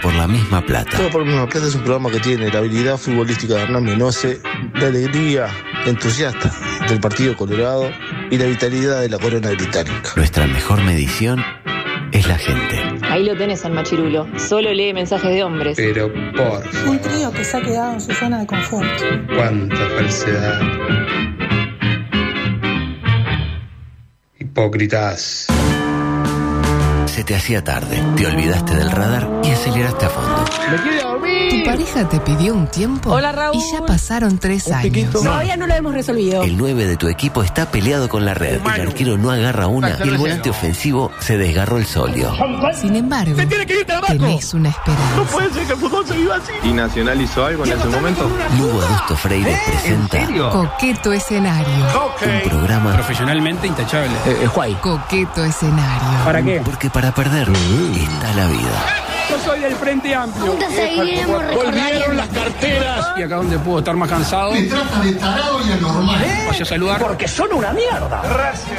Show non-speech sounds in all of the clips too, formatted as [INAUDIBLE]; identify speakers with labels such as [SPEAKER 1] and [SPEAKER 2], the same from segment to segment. [SPEAKER 1] por la misma plata.
[SPEAKER 2] Todo por la misma plata es un programa que tiene la habilidad futbolística de Hernán Menose, la alegría entusiasta del Partido Colorado y la vitalidad de la corona británica.
[SPEAKER 1] Nuestra mejor medición es la gente.
[SPEAKER 3] Ahí lo tenés al machirulo. Solo lee mensajes de hombres.
[SPEAKER 4] Pero por
[SPEAKER 5] Un trío que se ha quedado en su zona de confort.
[SPEAKER 4] cuánta falsedad. Hipócritas.
[SPEAKER 1] Se te hacía tarde, te olvidaste del radar y aceleraste a fondo.
[SPEAKER 6] Tu pareja te pidió un tiempo
[SPEAKER 7] Hola, Raúl.
[SPEAKER 6] y ya pasaron tres años.
[SPEAKER 7] Todavía no lo hemos resolvido.
[SPEAKER 1] El 9 de tu equipo está peleado con la red, el arquero no agarra una y el volante ofensivo se desgarró el solio.
[SPEAKER 6] Sin embargo, tenés una esperanza.
[SPEAKER 8] ¿Y Nacional hizo algo en ese momento?
[SPEAKER 1] Lugo Augusto Freire presenta
[SPEAKER 6] Coqueto escenario.
[SPEAKER 1] un programa
[SPEAKER 9] Profesionalmente intachable.
[SPEAKER 8] Eh,
[SPEAKER 6] Coqueto escenario.
[SPEAKER 9] ¿Para qué?
[SPEAKER 1] porque para perder está la vida.
[SPEAKER 9] Yo soy del Frente Amplio.
[SPEAKER 10] seguiremos recordando.
[SPEAKER 9] Y acá donde puedo estar más cansado. Me trata de tarado y anormal. Vaya a saludar. Porque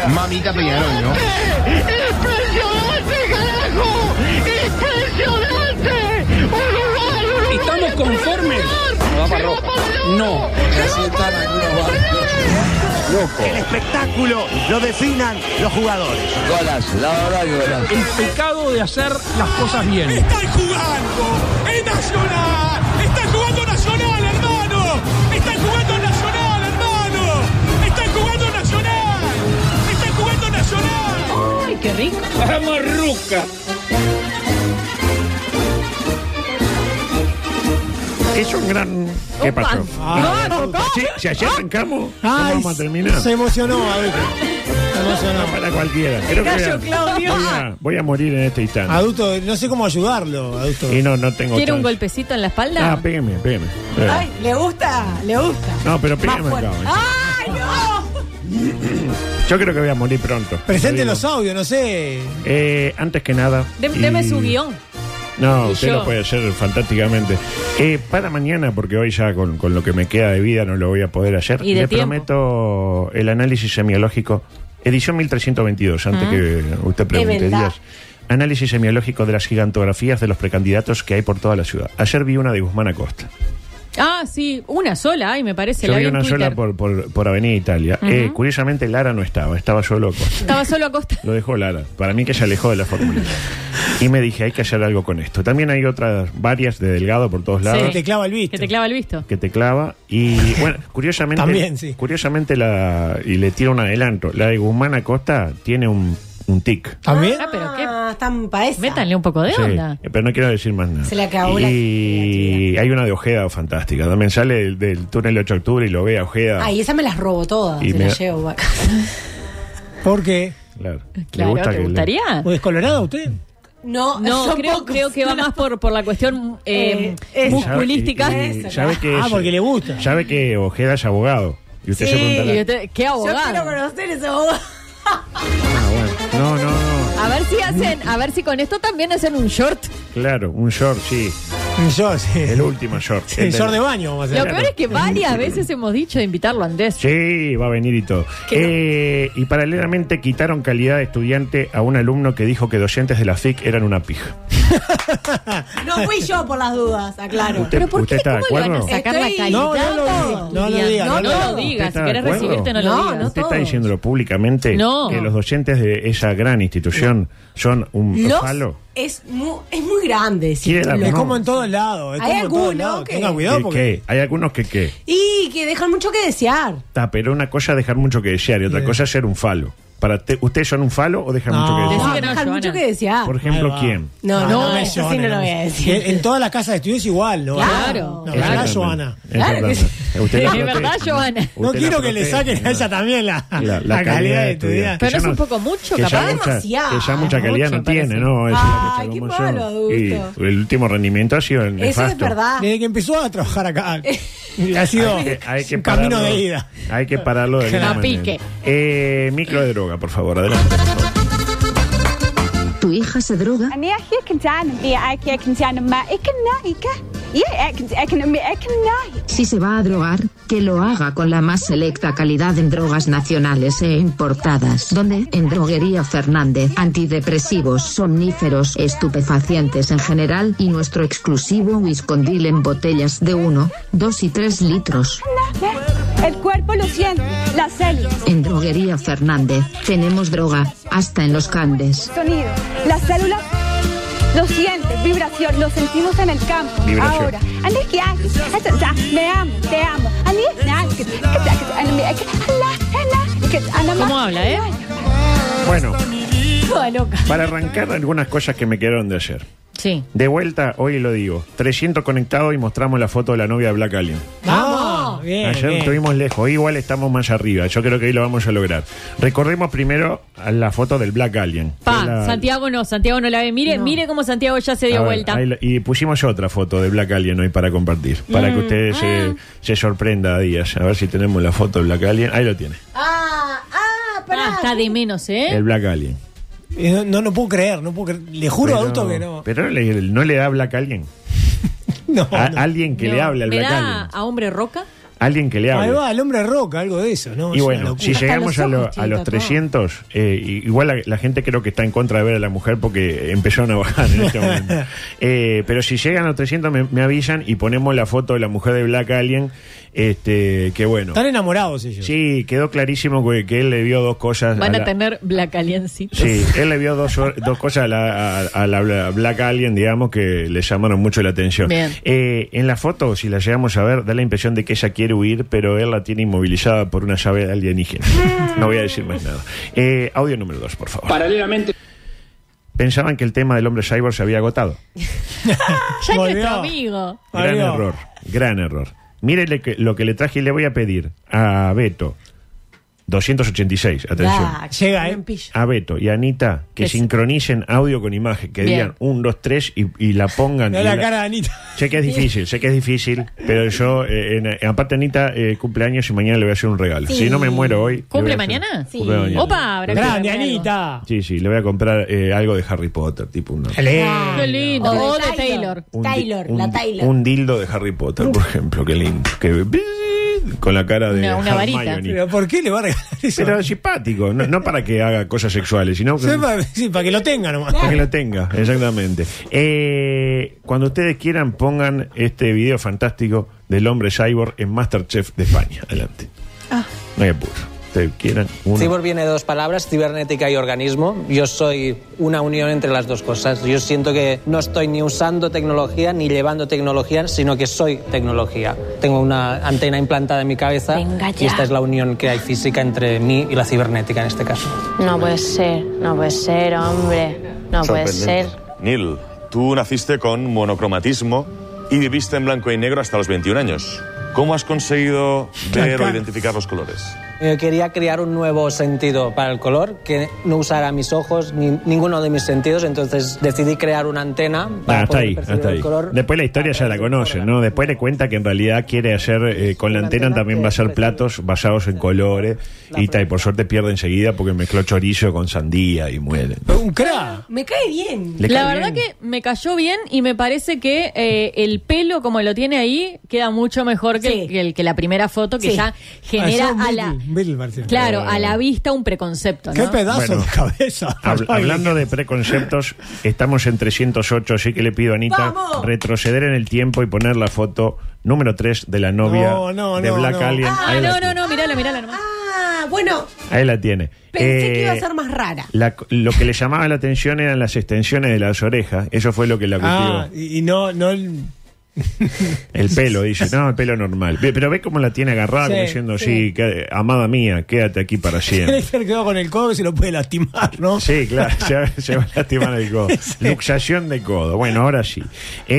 [SPEAKER 8] Mamita Peñarol, ¿no?
[SPEAKER 10] ¡Eh! ¡Impresionante, carajo! ¡Impresionante! ¡Uruguay, Uruguay!
[SPEAKER 9] estamos conformes. No va para ropa. No. El pecado de hacer las cosas bien.
[SPEAKER 11] Están jugando en Nacional. Están jugando Nacional, hermano. Están jugando Nacional, hermano. Están jugando Nacional. Están jugando Nacional.
[SPEAKER 7] Ay, qué rico.
[SPEAKER 9] Vamos, Ruca.
[SPEAKER 8] Es un gran. ¿Qué pasó?
[SPEAKER 7] Ah, No, no, Ah. no.
[SPEAKER 8] Sí, si ayer arrancamos, ¿cómo vamos a terminar? Se emocionó, a ver. Se emocionó. para cualquiera. Creo que voy,
[SPEAKER 7] Callo,
[SPEAKER 8] a,
[SPEAKER 7] Claudio.
[SPEAKER 8] voy a- voy a morir en este instante.
[SPEAKER 2] Adusto, no sé cómo ayudarlo, Adusto.
[SPEAKER 8] Y no, no tengo.
[SPEAKER 12] ¿Quiere un
[SPEAKER 8] chance.
[SPEAKER 12] golpecito en la espalda?
[SPEAKER 8] Ah, pégame, pégame. Pégame.
[SPEAKER 7] Ay, le gusta, le gusta.
[SPEAKER 8] No, pero pégame acá.
[SPEAKER 7] ¡Ay, no!
[SPEAKER 8] Yo creo que voy a morir pronto.
[SPEAKER 2] Presente
[SPEAKER 8] Lo
[SPEAKER 2] los
[SPEAKER 8] digo.
[SPEAKER 2] audios, no sé.
[SPEAKER 8] Eh, antes que nada.
[SPEAKER 12] Dem-
[SPEAKER 8] y-
[SPEAKER 12] Deme su guión.
[SPEAKER 8] No,
[SPEAKER 12] Y
[SPEAKER 8] usted
[SPEAKER 12] yo.
[SPEAKER 8] lo puede hacer fantásticamente. Eh, para mañana, porque hoy ya con, con lo que me queda de vida no lo voy a poder hacer.
[SPEAKER 12] Y de
[SPEAKER 8] Le
[SPEAKER 12] tiempo.
[SPEAKER 8] prometo el análisis semiológico, edición 1322,
[SPEAKER 12] Ah.
[SPEAKER 8] antes que usted pregunte.
[SPEAKER 7] verdad.
[SPEAKER 8] Díaz. Análisis semiológico de las gigantografías de los precandidatos que hay por toda la ciudad. Ayer vi una de Guzmán Acosta.
[SPEAKER 12] Ah, sí, una sola, ay, me parece.
[SPEAKER 8] Yo
[SPEAKER 12] la
[SPEAKER 8] vi
[SPEAKER 12] vi en
[SPEAKER 8] una
[SPEAKER 12] Twitter.
[SPEAKER 8] sola por, por, por Avenida Italia. Eh, curiosamente, Lara no estaba, estaba solo Acosta.
[SPEAKER 12] Estaba solo a costa.
[SPEAKER 8] Lo dejó Lara. Para mí que se alejó de la fórmula. Y me dije, hay que hacer algo con esto. También hay otras, varias de Delgado por todos
[SPEAKER 7] Eh.
[SPEAKER 8] lados.
[SPEAKER 12] Sí.
[SPEAKER 2] Te clava el visto.
[SPEAKER 12] Que te clava el visto.
[SPEAKER 8] Que te clava. Y bueno, curiosamente.
[SPEAKER 2] También, sí.
[SPEAKER 8] Curiosamente, la, y le tiro un adelanto. La de Guzmán Acosta tiene un, un tic.
[SPEAKER 2] ¿También?
[SPEAKER 12] Ah, pero qué.
[SPEAKER 7] Ah, están pa' esa.
[SPEAKER 12] Métanle un poco de
[SPEAKER 8] Sí,
[SPEAKER 12] onda.
[SPEAKER 8] pero no quiero decir más nada.
[SPEAKER 7] Se le acabó la
[SPEAKER 8] Y hay una de Ojeda fantástica. También sale del, del túnel 8 de octubre y lo ve a Ojeda.
[SPEAKER 7] Ay, esa me las robo todas.
[SPEAKER 8] Y
[SPEAKER 7] se
[SPEAKER 8] me-
[SPEAKER 7] las llevo a casa.
[SPEAKER 2] ¿Por qué?
[SPEAKER 8] Claro. Le
[SPEAKER 12] Claro,
[SPEAKER 8] gusta que
[SPEAKER 12] ¿te
[SPEAKER 8] le-
[SPEAKER 12] gustaría?
[SPEAKER 2] ¿O es colorado usted?
[SPEAKER 7] No,
[SPEAKER 12] No,
[SPEAKER 7] son
[SPEAKER 12] creo,
[SPEAKER 7] pocos.
[SPEAKER 12] creo que va más por, por la cuestión eh,
[SPEAKER 7] Eh, esa.
[SPEAKER 12] musculística.
[SPEAKER 8] Y- y- y sabe que
[SPEAKER 2] Ah,
[SPEAKER 8] es-
[SPEAKER 2] porque le gusta.
[SPEAKER 8] Sabe que Ojeda es abogado. Y usted se
[SPEAKER 7] Sí.
[SPEAKER 8] preguntará.
[SPEAKER 12] Y usted- qué
[SPEAKER 7] Yo quiero
[SPEAKER 12] abogado.
[SPEAKER 7] conocer ese abogado.
[SPEAKER 8] Ah, bueno. No, no, no.
[SPEAKER 12] A ver si hacen, a ver si con esto también hacen un short.
[SPEAKER 8] Claro, un short, sí.
[SPEAKER 2] Yo, sí. [LAUGHS]
[SPEAKER 8] El último short.
[SPEAKER 2] Sí,
[SPEAKER 8] del-
[SPEAKER 2] short de baño, vamos a
[SPEAKER 12] Lo
[SPEAKER 2] hacer.
[SPEAKER 12] peor es que varias veces hemos dicho de invitarlo a Andrés.
[SPEAKER 8] Sí, va a venir y todo. Eh, Y paralelamente quitaron calidad de estudiante a un alumno que dijo que docentes de la FIC eran una pija.
[SPEAKER 7] No fui yo por las dudas, aclaro.
[SPEAKER 8] Usted-
[SPEAKER 12] Pero ¿por
[SPEAKER 8] ¿usted
[SPEAKER 12] qué?
[SPEAKER 8] está de
[SPEAKER 12] ¿Cómo le van a
[SPEAKER 8] acuerdo?
[SPEAKER 12] sacar la
[SPEAKER 7] Estoy-
[SPEAKER 12] calidad?
[SPEAKER 2] No, no lo diga, no lo diga,
[SPEAKER 12] No,
[SPEAKER 2] no
[SPEAKER 12] no lo digas.
[SPEAKER 2] lo
[SPEAKER 12] Si
[SPEAKER 8] ¿Usted está de
[SPEAKER 12] querés
[SPEAKER 8] acuerdo?
[SPEAKER 12] recibirte, no lo
[SPEAKER 7] No,
[SPEAKER 12] digas.
[SPEAKER 7] no
[SPEAKER 8] ¿Usted está
[SPEAKER 7] todos.
[SPEAKER 8] diciéndolo públicamente
[SPEAKER 12] No.
[SPEAKER 8] que los docentes de esa gran institución son un
[SPEAKER 7] Los
[SPEAKER 8] falo?
[SPEAKER 7] es, muy, es muy grande decir.
[SPEAKER 8] ¿Quién era?
[SPEAKER 2] Es
[SPEAKER 8] No.
[SPEAKER 2] como en todos lados. Es
[SPEAKER 7] Hay
[SPEAKER 2] como en todos
[SPEAKER 7] alguno
[SPEAKER 2] lados.
[SPEAKER 7] que-
[SPEAKER 2] Tenga cuidado
[SPEAKER 8] ¿Que
[SPEAKER 2] porque.
[SPEAKER 8] qué? Hay algunos que qué.
[SPEAKER 7] Y que dejan mucho que desear.
[SPEAKER 8] Está, pero una cosa es dejar mucho que desear y otra cosa es ser un falo. Para te- ¿Ustedes son un falo o dejan
[SPEAKER 2] No.
[SPEAKER 8] mucho que
[SPEAKER 12] Decí
[SPEAKER 8] desear?
[SPEAKER 12] que no,
[SPEAKER 7] dejan mucho
[SPEAKER 12] Joana.
[SPEAKER 7] Ah. que desear.
[SPEAKER 8] Por ejemplo,
[SPEAKER 2] Ahí va.
[SPEAKER 8] ¿quién?
[SPEAKER 7] No,
[SPEAKER 2] Ah,
[SPEAKER 7] no, eso
[SPEAKER 2] llores,
[SPEAKER 7] sí no lo voy a decir. [LAUGHS]
[SPEAKER 2] En, en todas las casas de estudios igual, ¿no?
[SPEAKER 12] Claro.
[SPEAKER 2] No, ¿verdad,
[SPEAKER 8] Exactamente.
[SPEAKER 2] Joana?
[SPEAKER 12] Claro que
[SPEAKER 8] Exactamente.
[SPEAKER 12] sí.
[SPEAKER 7] [LAUGHS]
[SPEAKER 8] Usted la
[SPEAKER 12] Es
[SPEAKER 8] protege.
[SPEAKER 12] verdad, Joana. No
[SPEAKER 2] No
[SPEAKER 8] Usted la
[SPEAKER 2] quiero que le
[SPEAKER 8] protege,
[SPEAKER 2] saquen
[SPEAKER 8] ¿no?
[SPEAKER 2] a ella también la, la calidad, de estudiar.
[SPEAKER 12] Pero
[SPEAKER 8] Que ya
[SPEAKER 12] es un poco mucho,
[SPEAKER 8] que ya
[SPEAKER 12] capaz.
[SPEAKER 8] mucha-
[SPEAKER 7] Demasiado.
[SPEAKER 8] Que ya mucha
[SPEAKER 12] Es
[SPEAKER 8] calidad
[SPEAKER 12] mucho,
[SPEAKER 8] no tiene,
[SPEAKER 12] parece.
[SPEAKER 8] ¿no? Esa es la
[SPEAKER 7] Ay,
[SPEAKER 8] que
[SPEAKER 7] qué
[SPEAKER 8] como
[SPEAKER 7] malo,
[SPEAKER 8] yo.
[SPEAKER 7] adulto.
[SPEAKER 8] Y el último rendimiento ha sido el
[SPEAKER 7] Eso es
[SPEAKER 8] nefasto.
[SPEAKER 7] verdad.
[SPEAKER 2] Desde que empezó a trabajar
[SPEAKER 7] [LAUGHS]
[SPEAKER 2] acá, ha sido
[SPEAKER 8] Hay que- hay que
[SPEAKER 2] un camino
[SPEAKER 8] pararlo.
[SPEAKER 2] de ida.
[SPEAKER 8] Hay que pararlo de alguna
[SPEAKER 12] A
[SPEAKER 8] manera.
[SPEAKER 12] pique.
[SPEAKER 8] Eh, micro de droga, por favor, adelante.
[SPEAKER 6] ¿Tu hija se droga? Si se va a drogar,
[SPEAKER 13] que lo haga con la más selecta calidad en drogas nacionales e importadas. Donde, en Droguería Fernández, antidepresivos, somníferos, estupefacientes en general y nuestro exclusivo Wiscondil en botellas de 1, 2 y 3 litros.
[SPEAKER 14] El cuerpo lo siente, la células.
[SPEAKER 13] En Droguería Fernández tenemos droga, hasta en los candes.
[SPEAKER 14] Sonido, las células lo sientes, vibración, lo sentimos en el campo.
[SPEAKER 13] Vibración.
[SPEAKER 14] Ahora. Ande que haces, esto, ya, Me amo, te amo. Ande que haces, que te haces, ande, me- que- ala, ala, que- anda,
[SPEAKER 12] ¿Cómo
[SPEAKER 14] ma-
[SPEAKER 12] habla, eh?
[SPEAKER 8] Bueno,
[SPEAKER 12] Toda loca.
[SPEAKER 8] para arrancar algunas cosas que me quedaron de ayer.
[SPEAKER 12] Sí.
[SPEAKER 8] De vuelta, hoy lo digo, 300 conectados y mostramos la foto de la novia de Black Alien.
[SPEAKER 2] ¡Vamos! Bien,
[SPEAKER 8] Ayer
[SPEAKER 2] bien.
[SPEAKER 8] estuvimos lejos, hoy igual estamos más arriba. Yo creo que hoy lo vamos a lograr. Recordemos primero a la foto del Black Alien.
[SPEAKER 12] Pa,
[SPEAKER 8] La-
[SPEAKER 12] Santiago no, Santiago no la ve. Mire, mire cómo Santiago ya se
[SPEAKER 8] a
[SPEAKER 12] dio
[SPEAKER 8] ver,
[SPEAKER 12] vuelta.
[SPEAKER 8] ahí lo- y pusimos otra foto de Black Alien hoy para compartir, para que
[SPEAKER 12] Mm,
[SPEAKER 8] ustedes se, se sorprenda a días. A ver si tenemos la foto de Black Alien. Ahí lo tiene,
[SPEAKER 12] Ah, ah, pará. está de menos, ¿eh?
[SPEAKER 8] el Black Alien.
[SPEAKER 2] Eh, No, no, no puedo creer, no puedo creer. Le juro, adulto, que no.
[SPEAKER 8] Pero le- no le da Black Alien.
[SPEAKER 2] [LAUGHS] No,
[SPEAKER 8] A- Alguien que
[SPEAKER 12] No,
[SPEAKER 8] le hable al
[SPEAKER 12] ¿Me
[SPEAKER 8] Black
[SPEAKER 12] da
[SPEAKER 8] Alien.
[SPEAKER 12] a hombre roca?
[SPEAKER 8] Alguien que le hable.
[SPEAKER 2] Ahí va, el hombre roca, algo de eso, ¿no?
[SPEAKER 8] Y
[SPEAKER 2] Es una
[SPEAKER 8] bueno,
[SPEAKER 2] locura.
[SPEAKER 8] si llegamos a, lo- a los 300, eh, y- igual la, la gente creo que está en contra de ver a la mujer porque empezaron a bajar en este momento.
[SPEAKER 2] [LAUGHS]
[SPEAKER 8] Eh, pero si llegan a los 300 me, me avisan y ponemos la foto de la mujer de Black Alien, este, que bueno.
[SPEAKER 2] Están enamorados ellos.
[SPEAKER 8] Sí, quedó clarísimo que, que él le vio dos cosas.
[SPEAKER 12] Van
[SPEAKER 8] a
[SPEAKER 12] a
[SPEAKER 8] la-
[SPEAKER 12] tener black aliencitos.
[SPEAKER 8] Sí, él le vio dos, dos cosas a la, a- a la Bla- Black Alien, digamos, que le llamaron mucho la atención.
[SPEAKER 12] Bien.
[SPEAKER 8] Eh, en la foto, si la llegamos a ver, da la impresión de que ella quiere huir, pero él la tiene inmovilizada por una llave alienígena. no voy a decir más nada. Eh, audio número dos, por favor.
[SPEAKER 9] Paralelamente.
[SPEAKER 8] Pensaban que el tema del hombre cyborg se había agotado.
[SPEAKER 12] Ya es
[SPEAKER 2] Volvió.
[SPEAKER 12] nuestro amigo.
[SPEAKER 8] Gran
[SPEAKER 2] Adiós.
[SPEAKER 8] error, gran error. Mire lo que, lo que le traje y le voy a pedir a Beto. 286, atención.
[SPEAKER 12] Ah,
[SPEAKER 2] Llega, ¿eh?
[SPEAKER 8] a Beto y a Anita que
[SPEAKER 2] Que se-
[SPEAKER 8] sincronicen audio con imagen, que
[SPEAKER 2] Bien.
[SPEAKER 8] digan un, dos, tres y, y la pongan.
[SPEAKER 2] Mirá
[SPEAKER 8] y
[SPEAKER 2] la
[SPEAKER 8] la-
[SPEAKER 2] cara de Anita.
[SPEAKER 8] Sé que es difícil, sé que es difícil, pero yo, eh, en- aparte Anita, eh, cumpleaños y mañana le voy a hacer un regalo.
[SPEAKER 12] Sí.
[SPEAKER 8] Si no me muero hoy. le
[SPEAKER 12] ¿Cumple
[SPEAKER 8] voy a hacer-
[SPEAKER 12] mañana? Sí.
[SPEAKER 8] Cumple mañana.
[SPEAKER 12] Opa, habrá que
[SPEAKER 2] Grande,
[SPEAKER 12] darle algo.
[SPEAKER 2] Anita.
[SPEAKER 8] Sí, sí, le voy a comprar eh, algo de Harry Potter, tipo una-
[SPEAKER 12] Qué lindo.
[SPEAKER 15] O de
[SPEAKER 12] O de Taylor.
[SPEAKER 15] Taylor.
[SPEAKER 8] un di-
[SPEAKER 15] Taylor,
[SPEAKER 8] un-
[SPEAKER 15] la Taylor.
[SPEAKER 8] Un dildo de Harry Potter, por ejemplo, qué lindo. Que, con la cara de
[SPEAKER 12] Una- una varita.
[SPEAKER 8] Hermione.
[SPEAKER 2] Pero ¿por qué le va a regalar eso?
[SPEAKER 8] Pero simpático, no, no para que haga cosas sexuales,
[SPEAKER 2] [LAUGHS]
[SPEAKER 8] sino
[SPEAKER 2] Sí, para, sí, para que lo tenga nomás.
[SPEAKER 8] Para que lo tenga, exactamente. Eh, cuando ustedes quieran, pongan este video fantástico del hombre cyborg en Masterchef de España. Adelante. No hay apuro. Ustedes quieran. Uno.
[SPEAKER 16] Cyborg viene de dos palabras, cibernética y organismo. Yo soy una unión entre las dos cosas. Yo siento que no estoy ni usando tecnología ni llevando tecnología, sino que soy tecnología. Tengo una antena implantada en mi cabeza y
[SPEAKER 17] ya.
[SPEAKER 16] esta es la unión que hay física entre mí y la cibernética en este caso.
[SPEAKER 17] No puede ser, no puede ser, hombre. No puede ser.
[SPEAKER 18] Neil, tú naciste con monocromatismo y viviste en blanco y negro hasta los 21 años. ¿Cómo has
[SPEAKER 16] [LAUGHS]
[SPEAKER 18] conseguido ver o identificar los colores?
[SPEAKER 16] Yo Eh, quería crear un nuevo sentido para el color que no usara mis ojos ni ninguno de mis sentidos, entonces decidí crear una antena para
[SPEAKER 8] Ah, hasta
[SPEAKER 16] poder
[SPEAKER 8] ahí,
[SPEAKER 16] percibir
[SPEAKER 8] hasta
[SPEAKER 16] el
[SPEAKER 8] ahí.
[SPEAKER 16] color
[SPEAKER 8] Después la historia ya la conocen, ¿no? Después le cuenta que en realidad quiere hacer, eh, con la antena también va a hacer platos basados en colores y tal. Y por suerte pierde enseguida porque mezcló chorizo con sandía y muere.
[SPEAKER 2] Un crack.
[SPEAKER 15] Me cae bien.
[SPEAKER 8] Le
[SPEAKER 12] La
[SPEAKER 8] cae
[SPEAKER 12] verdad que me cayó bien y me parece que eh, el pelo como lo tiene ahí queda mucho mejor que, el- que el- que la primera foto que
[SPEAKER 2] Sí.
[SPEAKER 12] ya genera
[SPEAKER 2] Allá Ah, un
[SPEAKER 12] a la
[SPEAKER 2] Bill, Bill Martín.
[SPEAKER 12] claro
[SPEAKER 8] Eh.
[SPEAKER 12] a la vista un preconcepto. ¿no?
[SPEAKER 2] Qué pedazo
[SPEAKER 8] Bueno.
[SPEAKER 2] de cabeza.
[SPEAKER 8] Hab- hablando de preconceptos, estamos en 308, así que le pido a Anita
[SPEAKER 2] ¡Vamos!
[SPEAKER 8] retroceder en el tiempo y poner la foto número 3 de la novia
[SPEAKER 2] No, no,
[SPEAKER 8] de
[SPEAKER 2] no,
[SPEAKER 8] Black
[SPEAKER 2] no.
[SPEAKER 8] Alien.
[SPEAKER 15] Ah,
[SPEAKER 8] ahí, la,
[SPEAKER 15] no,
[SPEAKER 8] tiene.
[SPEAKER 15] no, no,
[SPEAKER 12] mirala, mirala nomás.
[SPEAKER 15] Ah, bueno,
[SPEAKER 8] Ahí la tiene.
[SPEAKER 15] pensé
[SPEAKER 8] Eh,
[SPEAKER 15] que iba a ser más rara.
[SPEAKER 8] la- lo que le llamaba la atención eran las extensiones de las orejas. Eso fue lo que la cultivó.
[SPEAKER 2] Ah, y, y no, no. el-
[SPEAKER 8] El pelo, dice. No, el pelo normal. Ve- Pero ve cómo la tiene agarrada,
[SPEAKER 2] Sí,
[SPEAKER 8] como diciendo,
[SPEAKER 2] sí.
[SPEAKER 8] sí, que- amada mía, quédate aquí para
[SPEAKER 2] Tiene [LAUGHS]
[SPEAKER 8] siempre.
[SPEAKER 2] que haber quedado con el codo que se lo puede lastimar, ¿no?
[SPEAKER 8] Sí, claro, [LAUGHS] se, va- se va a lastimar el codo. Luxación de codo. Bueno, ahora sí.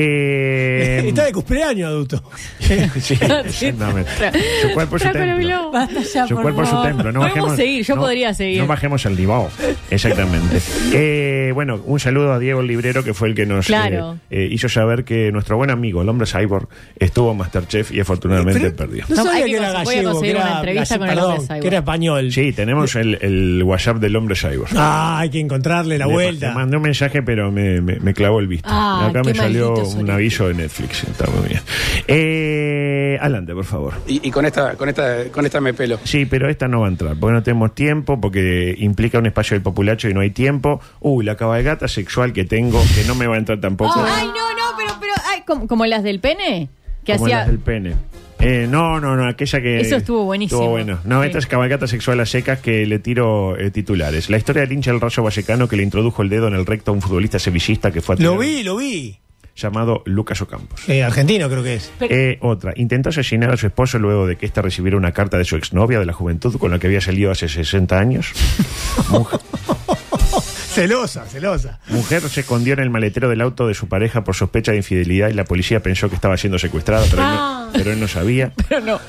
[SPEAKER 8] Eh,
[SPEAKER 2] Está de cumpleaños, adulto.
[SPEAKER 8] [LAUGHS] sí, exactamente. Su cuerpo es su templo.
[SPEAKER 12] Basta ya,
[SPEAKER 8] Su
[SPEAKER 12] por
[SPEAKER 8] cuerpo es su
[SPEAKER 12] favor.
[SPEAKER 8] templo. No
[SPEAKER 12] Podemos
[SPEAKER 8] bajemos,
[SPEAKER 12] seguir, yo
[SPEAKER 8] no-
[SPEAKER 12] podría seguir.
[SPEAKER 8] No bajemos el niveau.
[SPEAKER 12] [LAUGHS]
[SPEAKER 8] Exactamente. Eh, bueno, un saludo a Diego Librero, que fue el que nos
[SPEAKER 12] Claro.
[SPEAKER 8] eh, eh, hizo saber que nuestro buen amigo el hombre cyborg estuvo en Masterchef y afortunadamente
[SPEAKER 2] Eh,
[SPEAKER 12] Pero-
[SPEAKER 8] perdió.
[SPEAKER 2] No
[SPEAKER 12] No,
[SPEAKER 2] sabía
[SPEAKER 12] hay que
[SPEAKER 2] que era
[SPEAKER 12] cons- voy a
[SPEAKER 2] gallego, que
[SPEAKER 12] conseguir una
[SPEAKER 2] era,
[SPEAKER 12] entrevista con el
[SPEAKER 2] perdón,
[SPEAKER 12] hombre cyborg.
[SPEAKER 2] que era español.
[SPEAKER 8] Sí, tenemos el, el WhatsApp del hombre cyborg.
[SPEAKER 2] Ah, hay que encontrarle la
[SPEAKER 8] Le-
[SPEAKER 2] vuelta.
[SPEAKER 8] le mandé un mensaje, pero me, me- me clavó el visto.
[SPEAKER 2] Ah,
[SPEAKER 8] Acá
[SPEAKER 2] qué
[SPEAKER 8] me salió
[SPEAKER 2] maldito
[SPEAKER 8] un aviso de Netflix. Está muy bien. Eh, adelante, por favor.
[SPEAKER 9] Y, y con esta, con esta, con esta me pelo.
[SPEAKER 8] Sí, pero esta no va a entrar, porque no tenemos tiempo, porque implica un espacio del populacho y no hay tiempo. Uy, la cabalgata sexual que tengo, que no me va a entrar tampoco.
[SPEAKER 12] Ay, no, no, pero, pero ay, como, como las del pene, que
[SPEAKER 8] como
[SPEAKER 12] hacía...
[SPEAKER 8] las del pene. Eh, no, no, no, aquella que.
[SPEAKER 12] Eso estuvo buenísimo.
[SPEAKER 8] Estuvo bueno. No,
[SPEAKER 12] Sí.
[SPEAKER 8] esta es cabalgata sexual a secas que le tiro eh, titulares. La historia del hincha del Rayo Vallecano que le introdujo el dedo en el recto a un futbolista sevillista que fue a
[SPEAKER 2] Lo
[SPEAKER 8] tirar-
[SPEAKER 2] vi, lo vi.
[SPEAKER 8] llamado Lucas Ocampos.
[SPEAKER 2] Eh, argentino creo que es.
[SPEAKER 8] Eh, otra, intentó asesinar a su esposo luego de que ésta recibiera una carta de su exnovia de la juventud con la que había salido hace 60 años. Mujer,
[SPEAKER 2] Celosa, celosa. [LAUGHS]
[SPEAKER 8] mujer se escondió en el maletero del auto de su pareja por sospecha de infidelidad y la policía pensó que estaba siendo secuestrada, pero, él,
[SPEAKER 12] Ah.
[SPEAKER 8] no, pero él
[SPEAKER 2] [LAUGHS]
[SPEAKER 8] no sabía.
[SPEAKER 12] Pero no.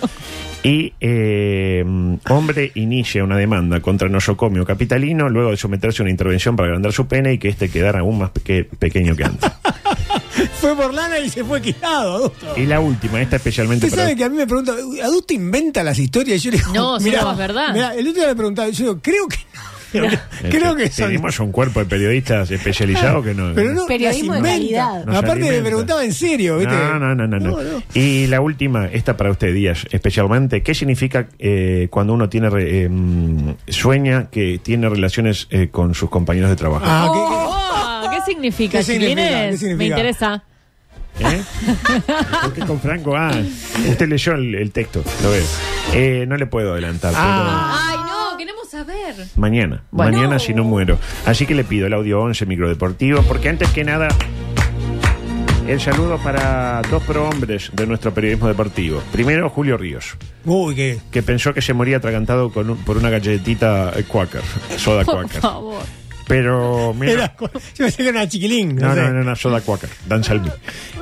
[SPEAKER 8] Y eh, hombre inicia una demanda contra el nosocomio capitalino luego de someterse a una intervención para agrandar su pene y que éste quedara aún más peque- pequeño
[SPEAKER 2] [LAUGHS]
[SPEAKER 8] que antes.
[SPEAKER 2] Fue por lana y se fue quitado, adusto.
[SPEAKER 8] Y la última, esta especialmente
[SPEAKER 2] Usted
[SPEAKER 8] para...
[SPEAKER 2] sabe que a mí me pregunta, ¿adusto inventa las historias? Y yo le digo,
[SPEAKER 12] No, si
[SPEAKER 2] mirá,
[SPEAKER 12] no, es verdad.
[SPEAKER 2] mirá, el otro día le preguntaba, yo digo, creo que no. [LAUGHS] Creo que son.
[SPEAKER 8] Tenemos este, un cuerpo de periodistas especializados que no...
[SPEAKER 2] Pero no,
[SPEAKER 15] Periodismo
[SPEAKER 2] las
[SPEAKER 15] de
[SPEAKER 2] inventa.
[SPEAKER 15] calidad.
[SPEAKER 8] Nos
[SPEAKER 2] Aparte me
[SPEAKER 8] alimenta.
[SPEAKER 2] preguntaba en serio, ¿viste?
[SPEAKER 8] No, no, no, no, no.
[SPEAKER 2] No, no.
[SPEAKER 8] Y la última, esta para usted, Díaz, especialmente. ¿Qué significa eh, cuando uno tiene re- eh, mm, sueña que tiene relaciones eh, con sus compañeros de trabajo?
[SPEAKER 2] Ah, ¿qué- qué-
[SPEAKER 12] Oh, ¿Qué significa,
[SPEAKER 2] ¿Qué significa?
[SPEAKER 12] chiquilines?
[SPEAKER 2] ¿Qué significa?
[SPEAKER 12] Me interesa.
[SPEAKER 2] Ah. [LAUGHS]
[SPEAKER 8] ¿Eh? ¿Por qué con Franco? Ah, usted leyó el, el texto, lo veo. Eh, no le puedo adelantar, pero-
[SPEAKER 2] Ah.
[SPEAKER 12] Ay, no, queremos saber.
[SPEAKER 8] Mañana,
[SPEAKER 12] Bueno.
[SPEAKER 8] mañana si no muero. Así que le pido el audio 11 microdeportivo, porque antes que nada, el saludo para dos prohombres de nuestro periodismo deportivo. Primero, Julio Ríos,
[SPEAKER 2] Uy, qué.
[SPEAKER 8] que pensó que se moría atragantado con un- por una galletita eh, Quaker, soda
[SPEAKER 12] Por
[SPEAKER 8] Quaker.
[SPEAKER 12] favor.
[SPEAKER 8] Pero menos,
[SPEAKER 2] Era- yo pensé que era una chiquilín. No,
[SPEAKER 8] no,
[SPEAKER 2] sé. Ah.
[SPEAKER 8] no, no, no, soda Quaker, Dan Salmi.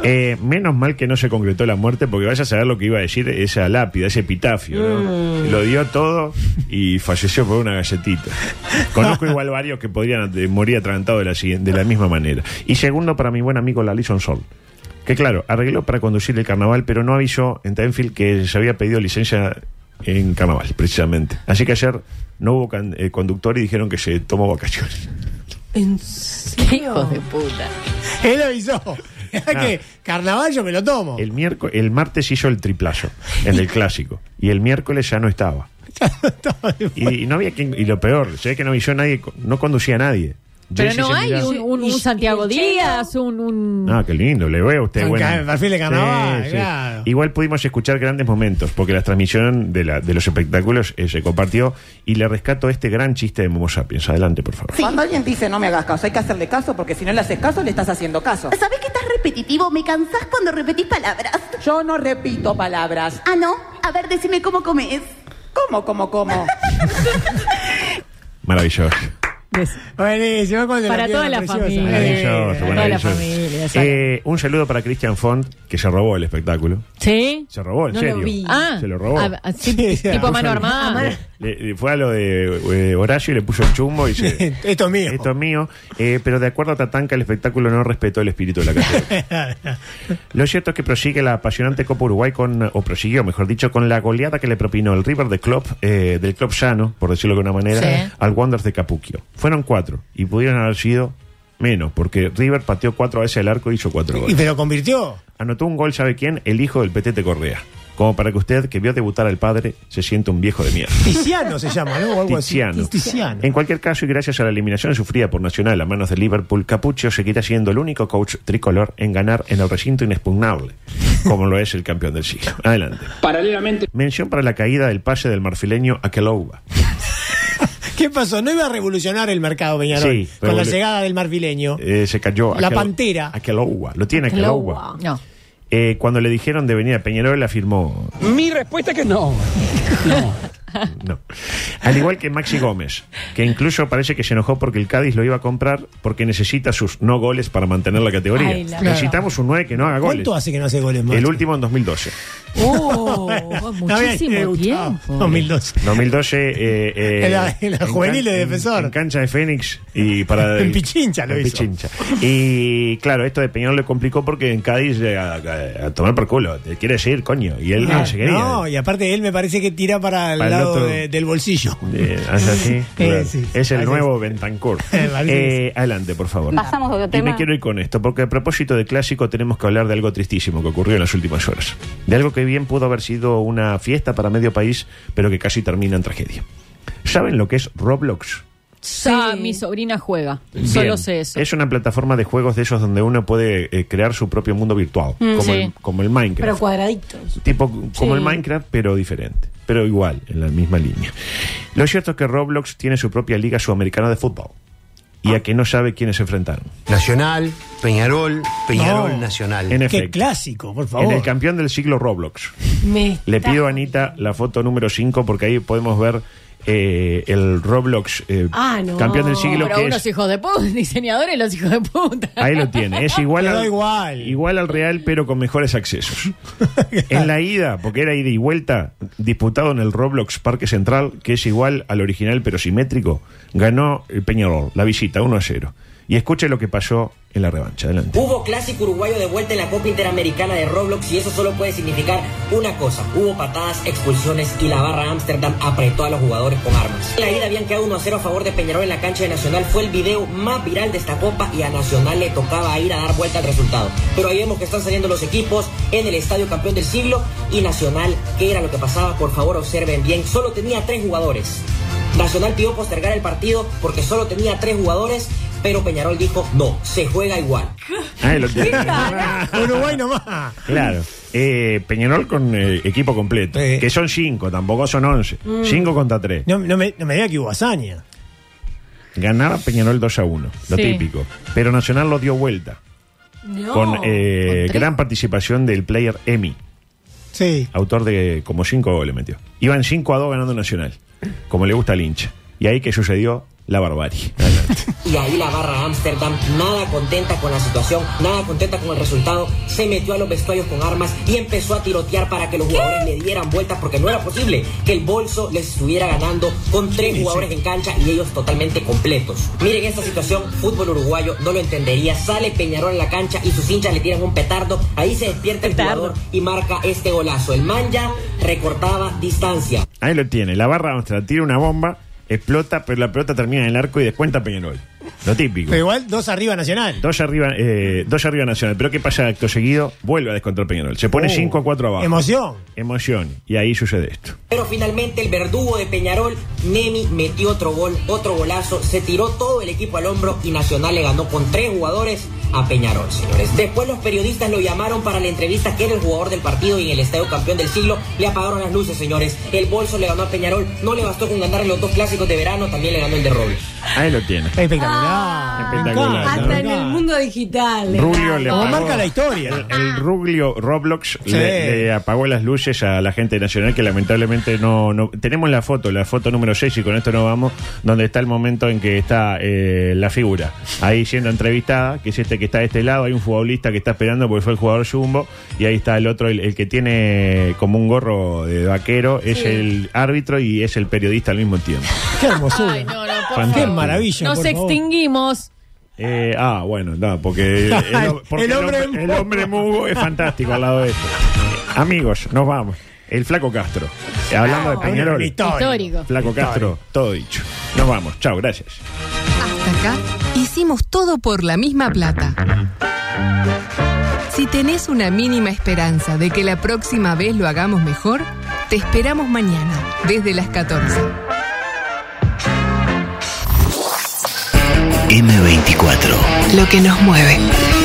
[SPEAKER 8] Eh, menos mal que no se concretó la muerte, porque vaya a saber lo que iba a decir esa lápida, ese epitafio.
[SPEAKER 2] Mm.
[SPEAKER 8] ¿no? Lo dio todo y falleció por una galletita.
[SPEAKER 2] [LAUGHS]
[SPEAKER 8] Conozco igual varios que podrían eh, morir atragantados de la, siguiente- de la misma manera. Y segundo, para mi buen amigo Lalison Sol. Que claro, arregló para conducir el carnaval, pero no avisó en Tenfield que se había pedido licencia en carnaval, precisamente. Así que ayer no hubo can- eh, conductor y dijeron que se tomó vacaciones.
[SPEAKER 15] ¿En
[SPEAKER 12] Qué
[SPEAKER 15] serio?
[SPEAKER 12] hijos de puta.
[SPEAKER 2] Él avisó. Mirá
[SPEAKER 8] [LAUGHS] No.
[SPEAKER 2] que carnaval yo me lo tomo.
[SPEAKER 8] El, miércoles, el martes hizo el triplazo, en el clásico. Y el miércoles ya
[SPEAKER 2] [LAUGHS]
[SPEAKER 8] no estaba. Y, y no había quien, y lo peor, se ve que no avisó nadie, co- no conducía a nadie.
[SPEAKER 12] Pero
[SPEAKER 8] Jesse
[SPEAKER 12] no
[SPEAKER 8] se
[SPEAKER 12] hay
[SPEAKER 8] miraba.
[SPEAKER 12] un, un- un
[SPEAKER 15] Y- y-
[SPEAKER 12] Santiago
[SPEAKER 15] y-
[SPEAKER 12] Díaz, un... un-
[SPEAKER 8] Ah, qué lindo, le veo a usted.
[SPEAKER 2] Con
[SPEAKER 8] bueno.
[SPEAKER 2] ca- perfil de carnaval, claro.
[SPEAKER 8] Igual pudimos escuchar grandes momentos, porque la transmisión de, la- de los espectáculos eh, se compartió y le rescato este gran chiste de Momo Sapiens. Adelante, por favor.
[SPEAKER 5] Cuando alguien dice no me hagas caso, hay que hacerle caso porque si no le haces caso, le estás haciendo caso.
[SPEAKER 19] ¿Sabés que estás repetitivo? Me cansás cuando repetís palabras.
[SPEAKER 5] Yo no repito palabras.
[SPEAKER 19] Ah, no. A ver, decime cómo comes.
[SPEAKER 5] ¿Cómo, cómo, cómo?
[SPEAKER 2] [LAUGHS]
[SPEAKER 8] Maravilloso.
[SPEAKER 2] Buenísimo, cuando
[SPEAKER 12] Para
[SPEAKER 2] la
[SPEAKER 12] toda
[SPEAKER 2] piedra
[SPEAKER 12] la
[SPEAKER 2] preciosa.
[SPEAKER 12] familia.
[SPEAKER 2] Eh,
[SPEAKER 8] Maravilloso,
[SPEAKER 12] toda la
[SPEAKER 8] maravilloso.
[SPEAKER 12] familia, exacto.
[SPEAKER 8] Eh, un saludo para Christian Font, que se robó el espectáculo.
[SPEAKER 12] ¿Sí?
[SPEAKER 8] Se robó, en
[SPEAKER 12] No lo
[SPEAKER 8] serio.
[SPEAKER 12] vi. Ah.
[SPEAKER 8] Se lo robó.
[SPEAKER 12] Ah, ah, sí,
[SPEAKER 2] [LAUGHS] Sí, sí.
[SPEAKER 12] tipo
[SPEAKER 2] Ah,
[SPEAKER 12] mano
[SPEAKER 2] sí.
[SPEAKER 12] armada.
[SPEAKER 8] Le- le fue a lo de eh, Horacio y le puso el chumbo y se...
[SPEAKER 2] [LAUGHS] Esto es mío.
[SPEAKER 8] Esto es mío, eh, pero de acuerdo a Tatanka, el espectáculo no respetó el espíritu de
[SPEAKER 2] [LAUGHS]
[SPEAKER 8] la categoría. Lo cierto es que prosigue la apasionante Copa Uruguay con, o prosiguió, mejor dicho, con la goleada que le propinó el River de Club, eh, del Club Sano, por decirlo de una manera,
[SPEAKER 12] Sí.
[SPEAKER 8] al Wanderers de Capuquio. Fueron cuatro y pudieron haber sido menos, porque River pateó cuatro veces el arco y hizo cuatro
[SPEAKER 2] Y
[SPEAKER 8] goles.
[SPEAKER 2] pero convirtió.
[SPEAKER 8] Anotó un gol, ¿sabe quién? El hijo del Petete Correa. Como para que usted, que vio debutar al padre, se sienta un viejo de mierda.
[SPEAKER 2] Tiziano se llama, ¿no? O algo así.
[SPEAKER 8] Tiziano.
[SPEAKER 2] Tiziano.
[SPEAKER 8] En cualquier caso, y gracias a la eliminación sufrida por Nacional a manos de Liverpool, Capuccio seguirá siendo el único coach tricolor en ganar en el recinto inexpugnable, como lo es el campeón del siglo. Adelante.
[SPEAKER 9] Paralelamente.
[SPEAKER 8] Mención para la caída del pase del marfileño a Kelouba.
[SPEAKER 2] ¿Qué pasó? No iba a revolucionar el mercado, Peñarol.
[SPEAKER 8] Sí,
[SPEAKER 2] con la
[SPEAKER 8] revolu-
[SPEAKER 2] llegada del marfileño.
[SPEAKER 8] Eh, se cayó.
[SPEAKER 2] La
[SPEAKER 8] Akelou-
[SPEAKER 2] pantera.
[SPEAKER 8] Akelou- Lo tiene Akelouba.
[SPEAKER 12] No.
[SPEAKER 8] Eh, cuando le dijeron de venir a Peñarol, afirmó.
[SPEAKER 9] Mi respuesta es que no. No.
[SPEAKER 8] No. Al igual que Maxi Gómez, que incluso parece que se enojó porque el Cádiz lo iba a comprar porque necesita sus no goles para mantener la categoría.
[SPEAKER 2] Ay, la-
[SPEAKER 8] Necesitamos un 9 que no haga goles.
[SPEAKER 2] ¿Cuánto hace que no hace goles más?
[SPEAKER 8] El último en 2012.
[SPEAKER 2] [LAUGHS]
[SPEAKER 12] Oh,
[SPEAKER 2] Está bien,
[SPEAKER 12] muchísimo
[SPEAKER 2] eh,
[SPEAKER 12] tiempo.
[SPEAKER 2] 2012.
[SPEAKER 8] 2012. eh, eh,
[SPEAKER 2] [LAUGHS] En la- en la
[SPEAKER 8] can-
[SPEAKER 2] juvenil de
[SPEAKER 8] en-
[SPEAKER 2] Defensor.
[SPEAKER 8] En cancha de Fénix. Y
[SPEAKER 2] [LAUGHS]
[SPEAKER 8] para
[SPEAKER 2] En Pichincha lo
[SPEAKER 8] en
[SPEAKER 2] hizo.
[SPEAKER 8] Pichincha. Y claro, esto de Peñarol le complicó porque en Cádiz eh, a, a- a tomar por culo. Te quiere decir, coño. Y él no se quería.
[SPEAKER 2] Ah, No, y aparte él me parece que tira para el
[SPEAKER 8] Para el
[SPEAKER 2] lado
[SPEAKER 8] otro.
[SPEAKER 2] de- del bolsillo.
[SPEAKER 8] Eh, hace así,
[SPEAKER 2] Eh,
[SPEAKER 8] claro.
[SPEAKER 2] sí,
[SPEAKER 8] es el
[SPEAKER 2] hace [LAUGHS]
[SPEAKER 8] nuevo Bentancur. Eh,
[SPEAKER 2] parece que
[SPEAKER 8] adelante, por favor.
[SPEAKER 20] Pasamos a otro
[SPEAKER 8] Y me
[SPEAKER 20] tema.
[SPEAKER 8] quiero ir con esto, porque a propósito de clásico tenemos que hablar de algo tristísimo que ocurrió en las últimas horas. De algo que bien pudo haber sido una fiesta para medio país, pero que casi termina en tragedia. ¿Saben lo que es Roblox?
[SPEAKER 12] Ya mi sobrina juega. Solo
[SPEAKER 8] Bien.
[SPEAKER 12] sé eso.
[SPEAKER 8] Es una plataforma de juegos de esos donde uno puede eh, crear su propio mundo virtual,
[SPEAKER 12] Mm,
[SPEAKER 8] como,
[SPEAKER 12] sí.
[SPEAKER 8] el, como el Minecraft.
[SPEAKER 15] Pero cuadraditos.
[SPEAKER 8] Tipo como
[SPEAKER 15] Sí.
[SPEAKER 8] el Minecraft, pero diferente. Pero igual, en la misma línea. Lo cierto es que Roblox tiene su propia liga sudamericana de fútbol. Y a que no sabe quiénes se enfrentaron.
[SPEAKER 21] Nacional, Peñarol, Peñarol
[SPEAKER 8] No.
[SPEAKER 21] Nacional.
[SPEAKER 8] En efecto.
[SPEAKER 2] clásico, por
[SPEAKER 8] En el campeón del siglo Roblox.
[SPEAKER 15] Me
[SPEAKER 8] Le
[SPEAKER 15] está-
[SPEAKER 8] pido a Anita la foto número 5 porque ahí podemos ver eh, el Roblox eh,
[SPEAKER 12] Ah, no.
[SPEAKER 8] campeón del siglo
[SPEAKER 12] Pero
[SPEAKER 8] que
[SPEAKER 12] unos
[SPEAKER 8] es
[SPEAKER 12] hijos de puta, [LAUGHS] diseñadores los hijos de puta.
[SPEAKER 8] Ahí lo tiene. Es igual,
[SPEAKER 12] Quedó
[SPEAKER 8] al, igual. al Real, pero con mejores accesos. en la ida, porque era ida y vuelta, disputado en el Roblox Parque Central, que es igual al original pero simétrico, ganó el Peñarol, la visita, 1 a 0. Y escuche lo que pasó en la revancha. Adelante.
[SPEAKER 7] Hubo clásico uruguayo de vuelta en la Copa Interamericana de Roblox y eso solo puede significar una cosa. Hubo patadas, expulsiones y la barra Ámsterdam apretó a los jugadores con armas. En la ida habían quedado 1 a 0 a favor de Peñarol en la cancha de Nacional. Fue el video más viral de esta Copa y a Nacional le tocaba ir a dar vuelta al resultado. Pero ahí vemos que están saliendo los equipos en el estadio campeón del siglo y Nacional, ¿qué era lo que pasaba? Por favor observen bien. Solo tenía tres jugadores. Nacional pidió postergar el partido porque solo tenía tres jugadores, pero Peñarol dijo no, se juega igual.
[SPEAKER 8] Ahí Ah, lo
[SPEAKER 2] [LAUGHS]
[SPEAKER 8] tiene.
[SPEAKER 2] Uruguay nomás.
[SPEAKER 8] Claro. Eh, Peñarol con eh, equipo completo, que son 5, tampoco son 11.
[SPEAKER 2] Mm.
[SPEAKER 8] 5 contra 3.
[SPEAKER 2] No, no me, no me diga que hubo hazaña.
[SPEAKER 8] Ganaba Peñarol 2 a 1, lo
[SPEAKER 2] Sí.
[SPEAKER 8] típico. Pero Nacional lo dio vuelta. con eh, gran participación del player Emi,
[SPEAKER 2] Sí.
[SPEAKER 8] autor de como 5 goles metió. Iban 5 a 2 ganando Nacional, como le gusta al hincha. Y ahí que sucedió la barbarie.
[SPEAKER 7] Y ahí la barra Ámsterdam, nada contenta con la situación, nada contenta con el resultado, se metió a los vestuarios con armas y empezó a tirotear para que los jugadores le dieran vueltas porque no era posible que el bolso les estuviera ganando con tres jugadores en cancha y ellos totalmente completos. Miren esta situación, fútbol uruguayo no lo entendería, sale Peñarol a la cancha y sus hinchas le tiran un petardo, ahí se despierta el jugador y marca este golazo. El Manja recortaba distancia.
[SPEAKER 8] Ahí lo tiene, la barra Ámsterdam tira una bomba, explota, pero la pelota termina en el arco y descuenta Peñarol. Lo típico.
[SPEAKER 2] Pero igual dos arriba Nacional.
[SPEAKER 8] Dos arriba, eh, dos arriba Nacional, pero ¿qué pasa acto seguido? Vuelve a descontar Peñarol. Se pone
[SPEAKER 2] Oh.
[SPEAKER 8] 5 a 4 abajo.
[SPEAKER 2] Emoción.
[SPEAKER 8] Emoción. Y ahí sucede esto.
[SPEAKER 7] Pero finalmente el verdugo de Peñarol, Nemi, metió otro gol, otro golazo, se tiró todo el equipo al hombro y Nacional le ganó con tres jugadores a Peñarol, señores. Después los periodistas lo llamaron para la entrevista que era el jugador del partido y en el estadio campeón del siglo le apagaron las luces, señores. El bolso le ganó a Peñarol, no le bastó con ganar en los dos clásicos de verano, también le ganó el de Robles.
[SPEAKER 8] Ahí lo tiene.
[SPEAKER 2] Espectacular.
[SPEAKER 8] Ah, Espectacular. ¿no?
[SPEAKER 15] Hasta en el mundo digital. le
[SPEAKER 8] Rubio le
[SPEAKER 15] gana.
[SPEAKER 8] apagó- El, el Rubio Roblox
[SPEAKER 2] Sí.
[SPEAKER 8] le, le apagó las luces a la gente nacional que lamentablemente no, no- Tenemos la foto, la foto número 6 y con esto nos vamos, donde está el momento en que está eh, la figura. Ahí siendo entrevistada, que es este que está de este lado, hay un futbolista que está esperando porque fue el jugador Jumbo y ahí está el otro, el, el que tiene como un gorro de vaquero, es
[SPEAKER 12] Sí.
[SPEAKER 8] el árbitro y es el periodista al mismo tiempo.
[SPEAKER 2] Qué hermosura. Qué maravilla.
[SPEAKER 12] Nos
[SPEAKER 2] por favor.
[SPEAKER 12] extinguimos.
[SPEAKER 8] Eh, ah, bueno, no,
[SPEAKER 2] [LAUGHS]
[SPEAKER 8] porque,
[SPEAKER 2] El-
[SPEAKER 8] el, porque
[SPEAKER 2] el
[SPEAKER 8] el
[SPEAKER 2] hombre
[SPEAKER 8] hombre,
[SPEAKER 2] mudo.
[SPEAKER 8] el hombre mudo es fantástico al lado de
[SPEAKER 2] [LAUGHS]
[SPEAKER 8] esto. Eh, Amigos, nos vamos. El Flaco Castro. Eh, hablando de
[SPEAKER 2] Ah,
[SPEAKER 8] Peñarol.
[SPEAKER 2] un histórico. Histórico.
[SPEAKER 8] Flaco
[SPEAKER 2] Histórico.
[SPEAKER 8] Castro, todo dicho. Nos vamos. Chao, gracias.
[SPEAKER 22] acá, hicimos todo por la misma plata. Si tenés una mínima esperanza de que la próxima vez lo hagamos mejor, te esperamos mañana, desde las 14.
[SPEAKER 1] M24.
[SPEAKER 22] Lo que nos mueve.